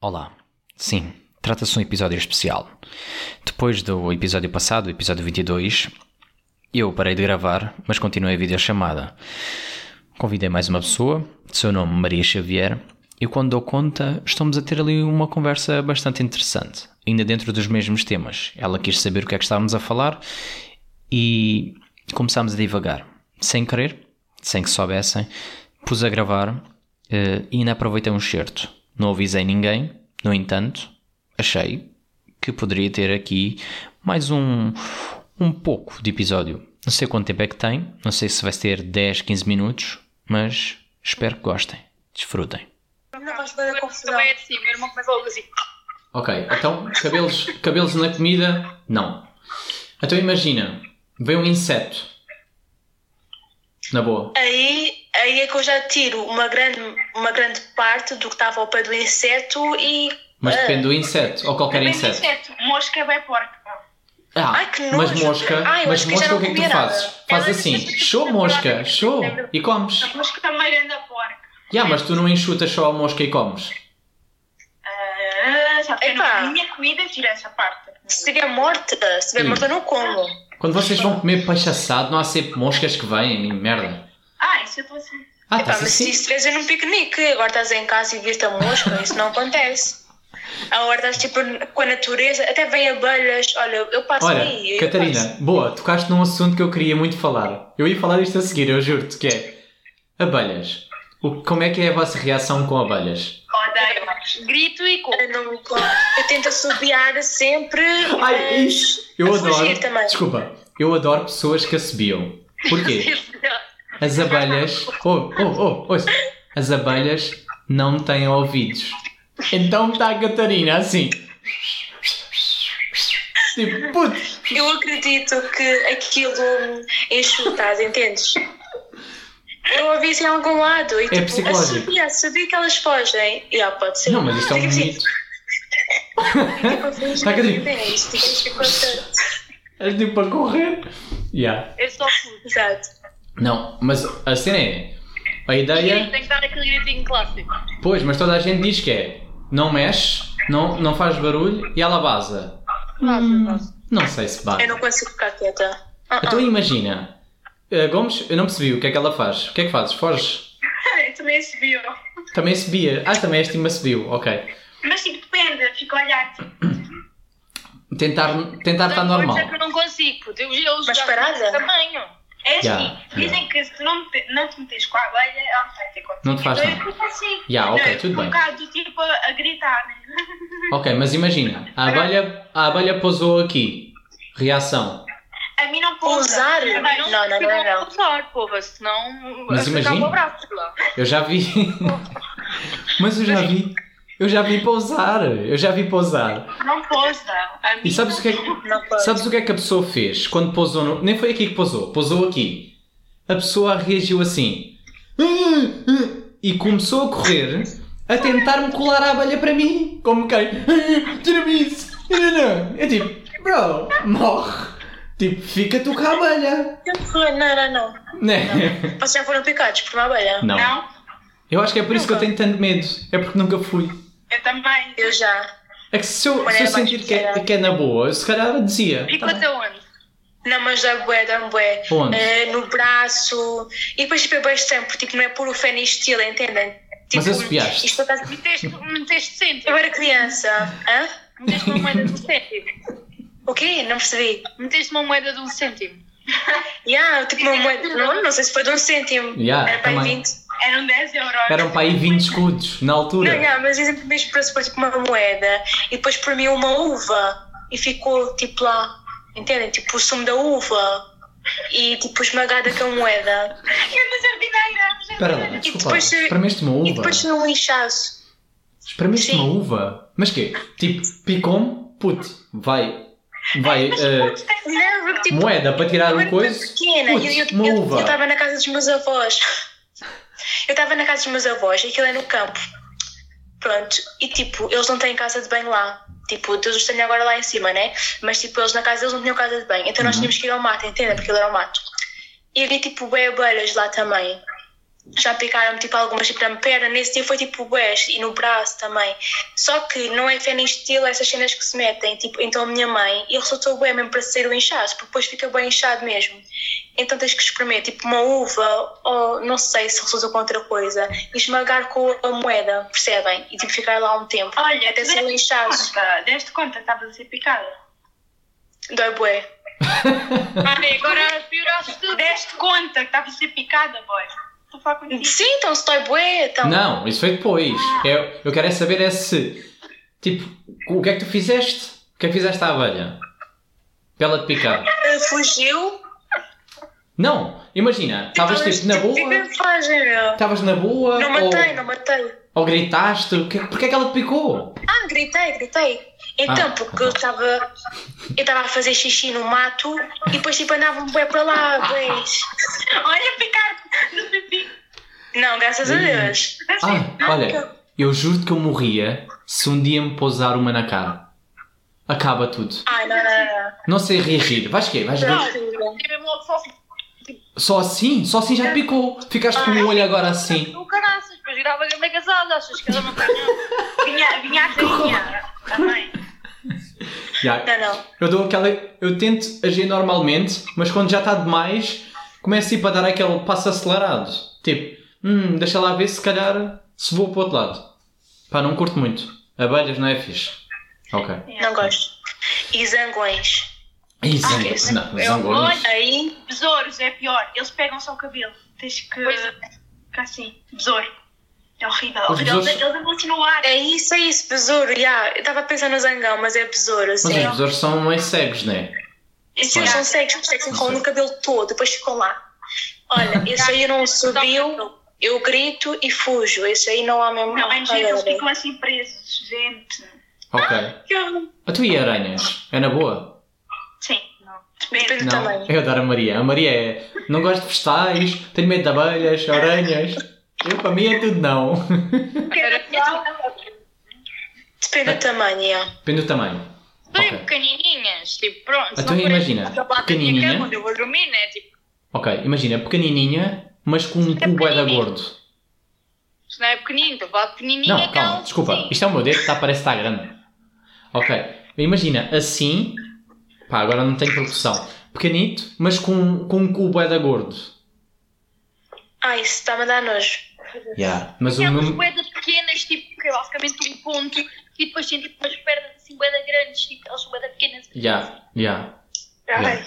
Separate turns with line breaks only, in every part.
Olá. Sim, trata-se de um episódio especial. Depois do episódio passado, o episódio 22, eu parei de gravar, mas continuei a videochamada. Convidei mais uma pessoa, de seu nome Maria Xavier, e quando dou conta, estamos a ter ali uma conversa bastante interessante, ainda dentro dos mesmos temas. Ela quis saber o que é que estávamos a falar e começámos a divagar. Sem querer, sem que soubessem, pus a gravar eh, e ainda aproveitei um certo. Não avisei ninguém, no entanto, achei que poderia ter aqui mais um, um pouco de episódio. Não sei quanto tempo é que tem, não sei se vai ter 10, 15 minutos, mas espero que gostem. Desfrutem.
Não vais
O
fazer
meu
confusão.
também é assim, meu irmão começa logo assim.
Ok, então cabelos, cabelos na comida, não. Então imagina, vem um inseto. Na boa.
Aí, aí é que eu já tiro uma grande, uma grande parte do que estava ao pé do inseto e.
Mas
Ah,
depende do inseto, ou qualquer
Também
inseto.
inseto. Mosca é bem porca.
Ah,
Ai, que
mas
nojo.
mosca,
Ai, eu
mas
acho que já
mosca
não
o que é que tu
comia nada.
fazes?
Ela
Fazes assim,
disse que
show
tinha
mosca,
temporada.
show, e comes.
A mosca também anda porca.
Ya, mas tu não enxutas só a mosca e comes.
Ah, sabe que eu
Epá.
não minha comida tira essa parte.
Se estiver morta, eh, se estiver
Hum.
morta, eu não como.
Quando vocês vão comer peixe assado, não há sempre moscas que vêm, e merda.
Ah, isso eu estou assim.
Ah,
Epá,
estás
mas se
assim?
isso estiveres num piquenique, agora estás em casa e viste a mosca, isso não acontece. Agora estás tipo com a natureza, até vem abelhas. Olha, eu passo
Olha,
aí. assim, eu
Catarina,
passo.
boa, tocaste num assunto que eu queria muito falar. Eu ia falar isto a seguir, eu juro-te, que é abelhas. O- como é que é a vossa reação com abelhas?
Odeio. Grito e corro.
Eu, não como. eu tento assobiar sempre.
Ai,
mas-
isso! Eu
a
adoro.
fugir também.
Desculpa, eu adoro pessoas que assobiam. Porquê? As abelhas. Oh, oh, oh, ouça. As abelhas não têm ouvidos. Então está a Catarina assim. Tipo, puto.
Eu acredito que aquilo enxutado, entendes? Eu ouvi isso em algum lado e tipo,
É psicológico.
assobia, assobia que elas fogem. E ah, pode ser. tipo,
Não, mas isto é um
assim,
mito.
Está
Tá, Catarina?
É isto, tens que contar.
É tipo a correr. Yeah.
Eu só fui.
Exato.
Não, mas a cena é. A
Tem
ideia.
que dar aquele gritinho clássico.
Pois, mas toda a gente diz que é. Não mexe, não, não faz barulho e ela baza. Hum, não sei se baza.
Eu não consigo ficar quieta. Ah, ah.
Então imagina. eh, Gomes, eu não percebi o que é que ela faz. O que é que fazes? Foges?
Eu também se viu.
Também subia. Ah, também este subiu, ok.
Mas tipo, depende, fico a olhar. Tipo,
Tentar, tentar está
Não
Tá
vou
normal.
dizer que eu não consigo. puto. Eu, eu
Mas
já-
parada?
Tamanho. É assim.
Já, já.
Dizem que se tu não, te, não te metes com a abelha, ela não vai ter contigo.
Não te faz
Então
nada.
eu fico assim.
Já, ok,
Não, eu
tudo
fico
bem.
Um bocado tipo a, a gritar. né?
Ok, mas imagina, a abelha, a abelha pousou aqui. Reação.
A mim
ah.
não pousa.
Pousar?
Também
Não, não, não,
consigo
não.
pousar, porra, senão.
Mas
eu ficava
imagina.
o braço lá.
Eu já vi. mas eu já vi. Eu já vi pousar. Eu já vi pousar.
Não pousa. A mim
E sabes o que é que,
Não pode.
sabes o que, é que a pessoa fez quando pousou no. Nem foi aqui que pousou, pousou aqui. A pessoa reagiu assim. E começou a correr a tentar-me colar a abelha para mim. Como quem? Tira-me isso! É tipo, bro, morre! Tipo, fica tu com a abelha!
Não, não, não.
Né?
Vocês já foram picados por uma abelha?
Não.
Não,
Eu acho que é por isso que eu tenho tanto medo. É porque nunca fui.
eu também.
Eu já.
É que se eu,
Olha,
se eu
eu acho
sentir
que
que é,
será.
que é na boa, eu se calhar dizia.
Fico
tá bem.
até onde?
Não, mas dá bué, dá bué.
Onde?
Eh, no braço. E depois tipo, é bem estranho, porque tipo, não é puro fé nem estilo, entendem? Tipo,
Mas assobiaste?
Isto por acaso-
Meteste, meteste
Eu
cêntimo.
era criança. Hã?
Meteste uma moeda de um cêntimo.
O quê? Não percebi.
Meteste uma moeda de um cêntimo.
Yeah, tipo uma moeda. Não, não sei se foi de um cêntimo.
Yeah,
era para aí
também.
20.
Eram 10 euros.
Eram para aí 20 escudos na
Não,
altura.
yeah, mas dizem mesmo para supor tipo uma moeda. E depois por mim uma uva. E ficou tipo lá. Entendem? Tipo o sumo da uva. E tipo esmagada com a moeda.
Grande jardineira.
Espera lá,
jardineira.
desculpa. lá.
depois se-
Espremeste uma uva.
E depois num inchaço.
Espremeste
Sim.
uma uva? Mas quê? Tipo, picou-me, put, vai, vai, eh,
Não, porque tipo.
moeda para tirar
Eu
o
era
coisa.
pequena,
Put,
eu- eu-
uma
eu
uva.
estava na casa dos meus avós. Eu estava na casa dos meus avós, e aquilo é no campo. Pronto, e tipo, eles não têm casa de banho lá. Tipo, todos os têm agora lá em cima, né? Mas tipo, eles na casa deles não tinham casa de um banho. Então nós tínhamos que ir ao mato, entende? Porque ele era o mato. E havia tipo bué abelhas lá também. já picaram tipo algumas tipo na perna, nesse dia foi tipo bués e no braço também. Só que não é fé nem estilo essas cenas que se metem, tipo, então a minha mãe, e resultou bué mesmo para ser o inchaço, porque depois fica bem inchado mesmo. Então tens que espremer tipo uma uva ou não sei se resulta com outra coisa, e esmagar com a moeda, percebem? E tipo ficar lá um tempo.
Olha,
até ser o
deste
inchaço.
conta, deste conta, estavas a ser picada.
Dói bué.
Olha, agora pioraste tudo. Deste conta que estavas a ser picada, boy. Estou a falar contigo.
Sim, então se dói bué, então.
Não, isso foi depois.
Ah.
Eu, eu quero é saber é se. Tipo, o que é que tu fizeste? O que é que fizeste à abelha? Para ela te picar.
Eh, Fugiu.
Não, imagina, estavas tipo na
O que é que
boa.
eu fazem, meu?
Estavas na boa
Não
ou,
matei, não matei.
ou gritaste? O que- Porquê é que ela te picou?
Ah, gritei, gritei. Então,
Ah.
porque eu estava eu estava a fazer xixi no mato e depois tipo andava um bué para lá, bués.
Olha, picar no pipi.
Não, graças a Deus.
Ah, olha, eu juro que eu morria se um dia me pousar uma na cara. Acaba tudo.
Ai, não, não,
Não sei reagir. Vais quê? Vais
não.
rir?
não.
Tive logo fofinho.
Só assim? Só assim já te picou. Ficaste com o olho agora assim.
O caraças, depois grava a grande casada, achas que ela me
tá
apanhou? Vinha, vinha a rainha. Também.
Já.
Não, não.
Eu dou aquela. Eu tento agir normalmente, mas quando já está demais, começo tipo, a dar aquele passo acelerado. Tipo, hum, deixa lá ver se calhar se vou para o outro lado. Pá, não curto muito. Abelhas não é fixe. Ok.
É.
Não gosto. E zangões.
Ih,
que
zangões.
isso.
Não,
Eu-
zangões.
olha,
Aí,
Besouros é pior, eles pegam só o cabelo. Tens que.
Pois é.
Fica assim, besouro. É horrível.
Os
horrível.
besouros-
Eles, eles andam-te no ar.
é isso, é isso, besouro, já. Eu estava a pensar no zangão, mas é besouro,
Mas
assim.
os besouros são mais cegos, não é?
Se eles não tipo, seguem, eles seguem assim, com o cabelo todo, depois ficam lá.
Uhum.
Olha, esse aí não subiu, eu grito e fujo. Esse aí não né? há mesmo.
Não, é
Olha,
jeito, eles ficam assim presos. Gente.
Ok.
eu-
A tu e aranhas? É na boa?
Sim, não.
Depende.
Depende.
Não,
também.
eu adoro a Maria. A Maria é. Não gosto de vegetais, tenho medo de abelhas, aranhas. Eu, para mim, é tudo não.
Depende do tamanho, já.
Depende do tamanho.
Bem
Ok.
pequenininhas, tipo, pronto.
Então
não foi
imagina,
aquela lá da minha
pequenininha.
cama onde eu vou dormir, né? Tipo,
Ok, imagina, pequenininha, mas com um cubo é da
pequenininha.
gordo.
se não é pequenino, estou a falar de pequenininha.
Não, calma,
aquela-
desculpa.
Sim.
Isto é o meu dedo, tá, parece que está grande. Ok, imagina, assim. Pá, agora não tenho percussão. Pequenito, mas com, com um cubo é da gordo.
Ah, isso está-me a dar nojo.
Yeah. Mas o
Aquelas
meu.
moedas pequenas, tipo, que é basicamente um ponto, e depois tem tipo umas pernas assim, moedas grandes, tipo, elas são moedas pequenas.
Yeah, yeah. yeah.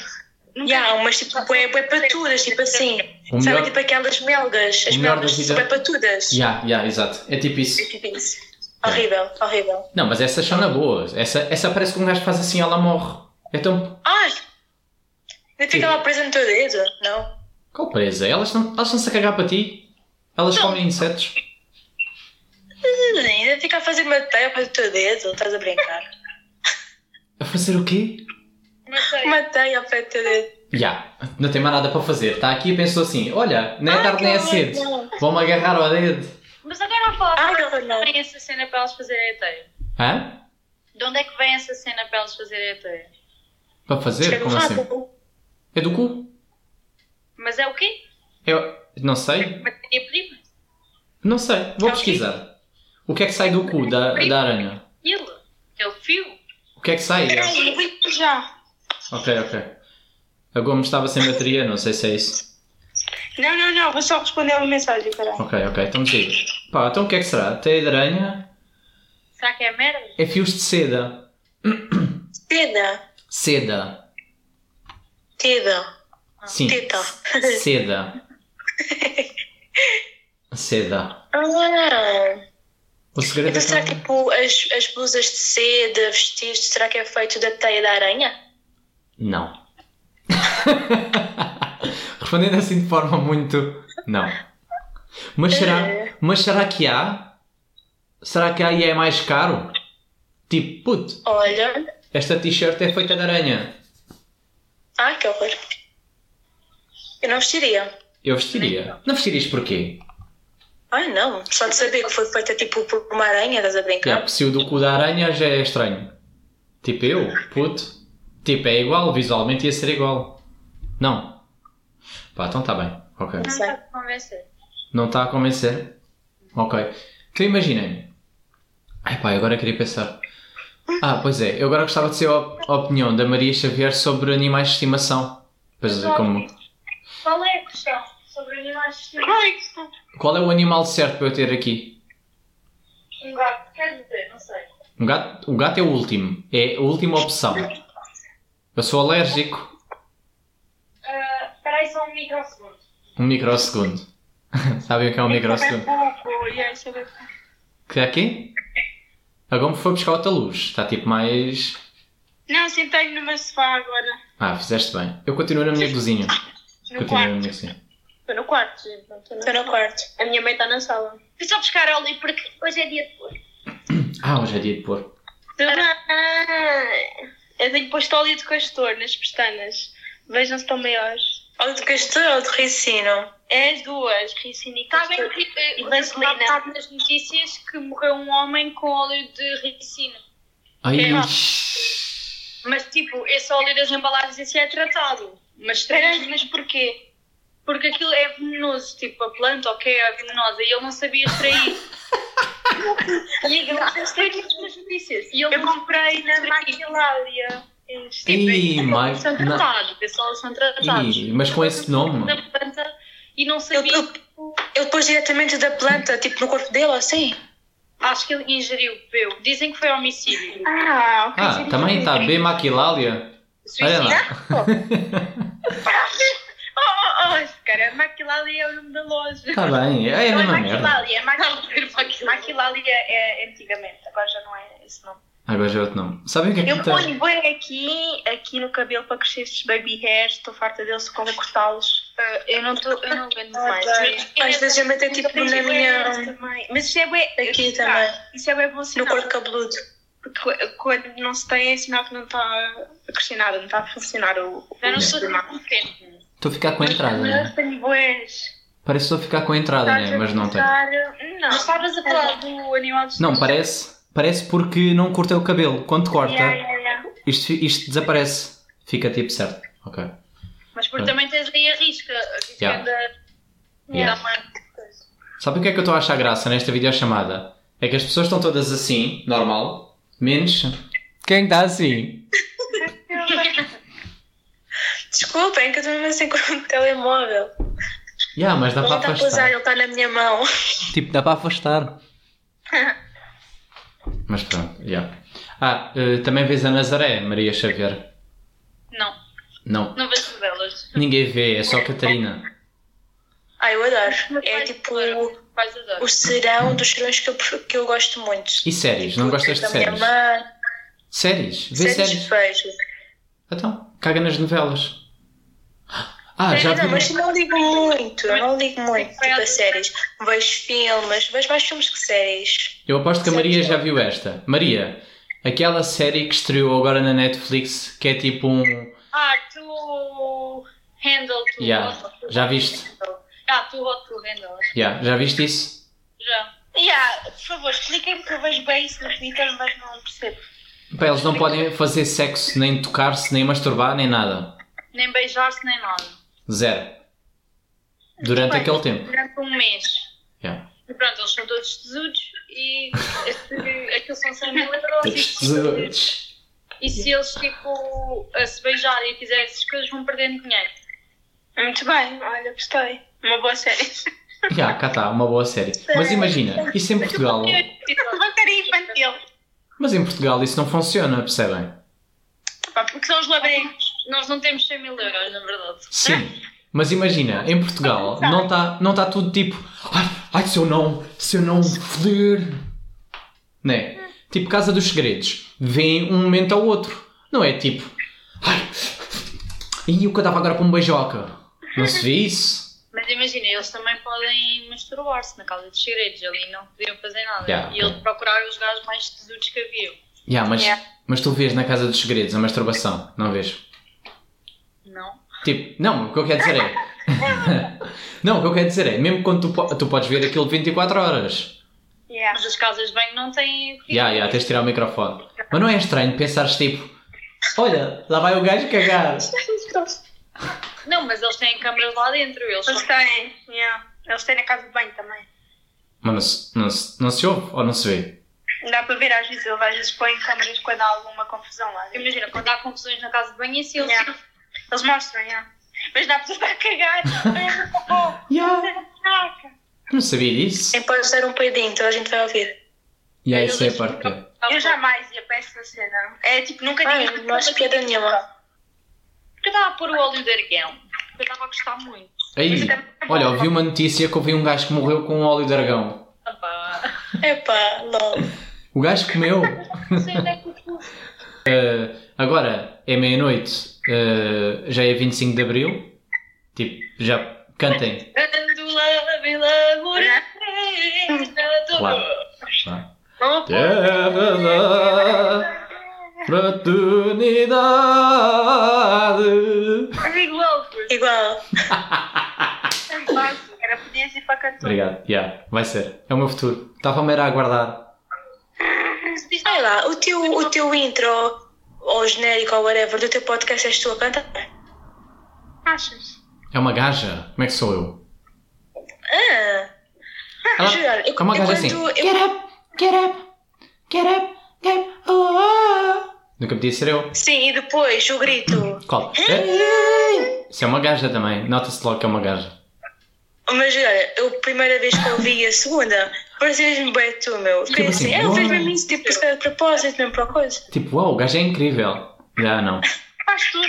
Já, umas tipo bué, bué patudas, tipo assim.
O
Sabe,
melhor.
tipo aquelas melgas, as
o melhor
melgas
da vida-
super patudas.
Yeah, yeah, exato. É tipo isso.
É tipo isso. Horrível, horrível.
Não, mas essas são na boa. Essa, essa parece que um gajo faz assim, ela morre. Então,
Ai! Ainda
Sim.
fica lá presa no teu dedo? Não?
qual presa? Elas estão- elas estão-se a cagar para ti? Elas comem insetos?
Ih, Ainda fica a fazer uma teipa do teu dedo? Estás a brincar?
A fazer o quê?
Uma teia ao pé do teu dedo.
Já, não tem mais nada para fazer. Está aqui e pensou assim: olha, nem é tarde nem é cedo.
horror,
Vão-me agarrar ao dedo.
Mas agora a falar,
Ai,
de
que horror, não.
onde vem essa cena para elas fazerem a teia?
Hã?
De onde é que vem essa cena para elas fazerem a teia?
Para fazer?
Chega um
Como assim?
rabo.
É do cu?
Mas é o quê? é
Eu não sei.
Matéria-prima?
Não sei. Vou
É o quê?
pesquisar. O que é que sai do cu da, da aranha?
Aquilo? Aquele fio?
O que é que sai? Yeah.
Ai, muito já.
Ok, ok. A Gomes estava sem bateria, não sei se é isso.
Não, não, não, vou só responder uma mensagem, caralho.
Ok, ok, então diga. Pá, então o que é que será? Teia de aranha
Será que é merda?
é fios de seda.
Tena.
Seda.
Tena.
Sim.
Teta.
Seda. Seda.
Ah.
O segredo é
Então será que
que...
tipo as, as blusas de seda, vestidos, será que é feito da teia da aranha?
Não. Respondendo assim de forma muito... Não. Mas será,
Eh.
mas será que há? Será que há e é mais caro? Tipo, puto,
Olha.
esta t-shirt é feita de aranha.
Ai, que horror. Eu não vestiria.
Eu vestiria. Não vestirias porquê?
Ai não, só de saber que foi feita tipo por uma aranha, estás a brincar?
Yeah, é se o do cu da aranha já é estranho. Tipo eu, puto. Tipo, é igual, visualmente ia ser igual. Não. Pá, então tá bem. Ok.
Não
Sei.
está a convencer.
Não está a convencer? Ok. Então imaginem. Ai pá, agora queria pensar. Ah, pois é. Eu agora gostava de saber a op- a opinião da Maria Xavier sobre animais de estimação. Pois é, como...
Qual é a questão sobre animais de estimação?
Ai, isso.
Qual é o animal certo para eu ter aqui?
Um gato, quer dizer, não sei.
Um gato, o gato é o último. É a última opção. Eu sou alérgico.
Espera aí só um microsegundo.
Um microsegundo. Sabem o que é um microsegundo?
pouco. E aí, sobre...
Que é aqui? Agora me foi buscar outra luz. Está tipo mais.
Não,
assim, tá
sentei-me no meu sofá agora.
Ah, fizeste bem. Eu continuo na minha cozinha.
No
Continuo na minha
quarto.
cozinha.
Estou no quarto, gente. Não estou
Estou
na...
no quarto.
A minha mãe está na sala.
Fui só buscar óleo porque hoje é dia de pôr.
Ah, hoje é dia de pôr.
Tadã! Eu tenho posto óleo de castor nas pestanas. Vejam se estão maiores.
Ou de castor ou de ricino.
É as duas, ricino e
Está
castor.
bem que eh,
E
há
vaselina.
bocado nas notícias que morreu um homem com óleo de ricino.
Ai,
É. Mas tipo, esse óleo das embalagens assim é tratado. Mas estranho, mas porquê? Porque aquilo é venenoso, tipo a planta ok é venenosa e ele não sabia extrair. e ele extraiu nas notícias. E ele
Eu comprei na
maquilária. Eles, tipo,
Ih,
eles
mas-
são
não.
tratados, esses óleos são tratados.
Ih, mas com esse nome?
Da planta e não
Ele,
sabia.
ele, ele pôs diretamente da planta, tipo no corpo dele, assim.
Acho que ele ingeriu, bebeu. Dizem que foi homicídio.
Ah, ok.
Ah, também está B. Maquilália. Olha lá.
Oh, oh, esse cara, Maquilália é o nome da loja.
Está bem. É a
Não é
mesma merda.
Maquilália, é Maquilália.
Maquilália é, é antigamente, agora já não é esse nome.
Agora já é outro nome. Sabem o que é que
Eu
está?
ponho bem aqui, aqui no cabelo para crescer estes baby hairs, estou farta deles, como vou cortá-los.
Eu não, tô, eu não vendo mais.
Odeio.
Às vezes eu meto é tipo na minha.
Mas isso é bem.
Aqui
tá,
também.
Isso é bem bom
no
sinal.
corpo cabeludo.
Porque quando não se tem é sinal que não está a crescer nada, não está a funcionar o. o
Eu não sou
sistema.
competente.
Estou a ficar com a entrada, né?
Mas tenho boés.
Parece que estou a ficar com a entrada, né? Mas não tem.
tem. Não,
Estavas a falar do animal de
Não, parece. Parece porque não cortei o cabelo. Quando
Yeah,
corta,
yeah, yeah.
isto, isto desaparece. Fica tipo certo. Ok.
Mas porque também tens aí a risca. A risca
Yeah.
da,
Yeah.
da marca.
Sabe o que é que eu estou a achar graça nesta videochamada? É que as pessoas estão todas assim, normal, menos. Quem está assim?
Desculpem que eu estou mesmo assim com o telemóvel.
Ya, mas dá para
Ele não está a pousar,
afastar.
ele está na minha mão.
Tipo, dá para afastar. mas pronto, já. Ah, eh, também vês a Nazaré, Maria Xavier?
Não,
Não.
não vejo novelas.
Ninguém vê, é só a Catarina.
Ai, eu adoro. É tipo o-
Faz adoro.
o serão dos serões que eu, que eu gosto muito.
E séries? Não gostas de
Da minha
séries?
mãe.
Séries? Vê
é Séries,
séries?
vejo.
Então, caga nas novelas. Ah, já
Séries
vi.
é não, mas não ligo muito. Não ligo muito tipo, a séries. Vejo filmes, vejo mais filmes que séries.
Eu aposto que a Maria já viu esta. Maria, aquela série que estreou agora na Netflix, que é tipo um.
Ah, tu. Handle, tu.
Yeah,
hot,
já viste?
Ah, tu hot, tu handle.
Yeah, já viste isso?
Já.
Yeah, por favor, expliquem-me que eu vejo bem isso no Twitter, mas não percebo.
Pá, eles não podem fazer sexo, nem tocar-se, nem masturbar, nem nada.
Nem beijar-se, nem nada.
Zero. Durante
Bem,
aquele tempo.
Durante um mês.
Yeah.
E pronto, eles são todos tesudos e esse- aquilo são 100 mil euros. e se-
Todos.
E se eles tipo a se beijarem e fizerem essas coisas vão perdendo dinheiro.
Muito bem, olha, gostei. Uma boa série.
Já, cá está, uma boa série. Mas imagina, isso em Portugal.
Tipo,
Uma série infantil.
Mas em Portugal isso não funciona, percebem?
Pá, porque são os labirintos.
Nós não temos 100 mil euros, na verdade.
Sim, mas imagina, em Portugal não está não tá tudo tipo ai, ai, se eu não, se eu não foder. Né? Tipo Casa dos Segredos. Vem um momento ao outro. Não é tipo ai, e o que eu dava agora para um beijoca? Não se vê isso?
Mas imagina, eles também podem masturbar-se na casa dos segredos ali não podiam fazer nada.
Yeah,
e
ok.
eles procuraram os gajos mais tesudos que haviam.
Yeah, mas,
Yeah.
mas tu vês na Casa dos Segredos a masturbação, não vês?
Não.
Tipo, não, o que eu quero dizer é. não, o que eu quero dizer é, mesmo quando tu, po- tu podes ver aquilo 24 horas.
Yeah.
Mas as casas de banho não têm.
Ya, ya, tens de tirar o microfone. Mas não é estranho pensares tipo, olha, lá vai o gajo cagar.
Não, mas eles têm câmaras lá dentro. Eles só
Eles têm, yeah. Eles têm na casa de banho também.
Mas não se, não, se, não se ouve ou não se vê?
Dá para ver às vezes, ele às vezes põe câmeras quando há alguma confusão lá. dentro.
Imagina, quando há confusões na casa de banho, assim eles
Yeah. Eles mostram, yeah. Mas dá para estar a cagar. Oh,
Yeah.
caraca.
Não sabia disso.
Sim, podes dar um peidinho, toda a gente vai ouvir.
E aí, isso é a parte que...
Eu jamais ia para essa cena. É tipo, nunca
Ah,
digo.
não acho piada nenhuma.
Porque eu estava a pôr o óleo de argão. Eu estava a gostar muito.
Aí, olha, ouvi uma notícia que houve um gajo que morreu com óleo de argão.
Ah, pá.
Epá, lol.
O gajo comeu.
Não sei onde é que eu pus.
Agora é meia-noite, eh, já é 25 de Abril. Tipo, já cantem.
Andula, vila, morena,
Claro. Claro. Terra da fraternidade.
Era igual, pois.
Igual.
Era fácil. Era podias ir para cantor.
Obrigado, yeah, vai ser. É o meu futuro. Estava-me era a aguardar.
Olha lá, o teu, o teu intro, ou genérico, ou whatever, do teu podcast és tu a cantar?
Achas?
É uma gaja? Como é que sou eu?
Ah,
Ela-
juro. Eu,
é uma
eu
gaja assim.
quando- eu-
oh. Nunca podia ser eu.
sim, e depois o grito.
Qual? É? Isso é uma gaja também. Nota-se logo que é uma gaja.
Mas olha, eu a primeira vez que ouvi a segunda, parecias-me bem tu, meu. Fiquei
Tipo
assim,
assim,
eu
"Uau."
fiz mesmo isso, tipo, se calhar de propósito, mesmo para a coisa.
Tipo, uau, o gajo é incrível. Já não.
Faz tudo.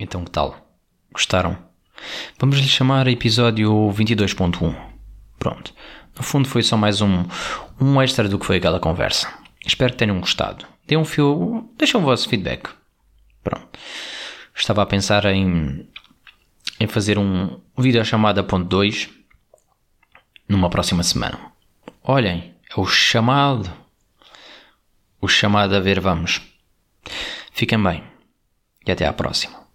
Então, que tal? Gostaram? Vamos lhe chamar episódio 22.1. Pronto. No fundo, foi só mais um, um extra do que foi aquela conversa. Espero que tenham gostado. Dê um fio. Deixem o vosso feedback. Pronto. Estava a pensar em, em fazer um vídeo chamada ponto 2 numa próxima semana. Olhem, é o chamado. O chamado a ver, vamos. Fiquem bem e até à próxima.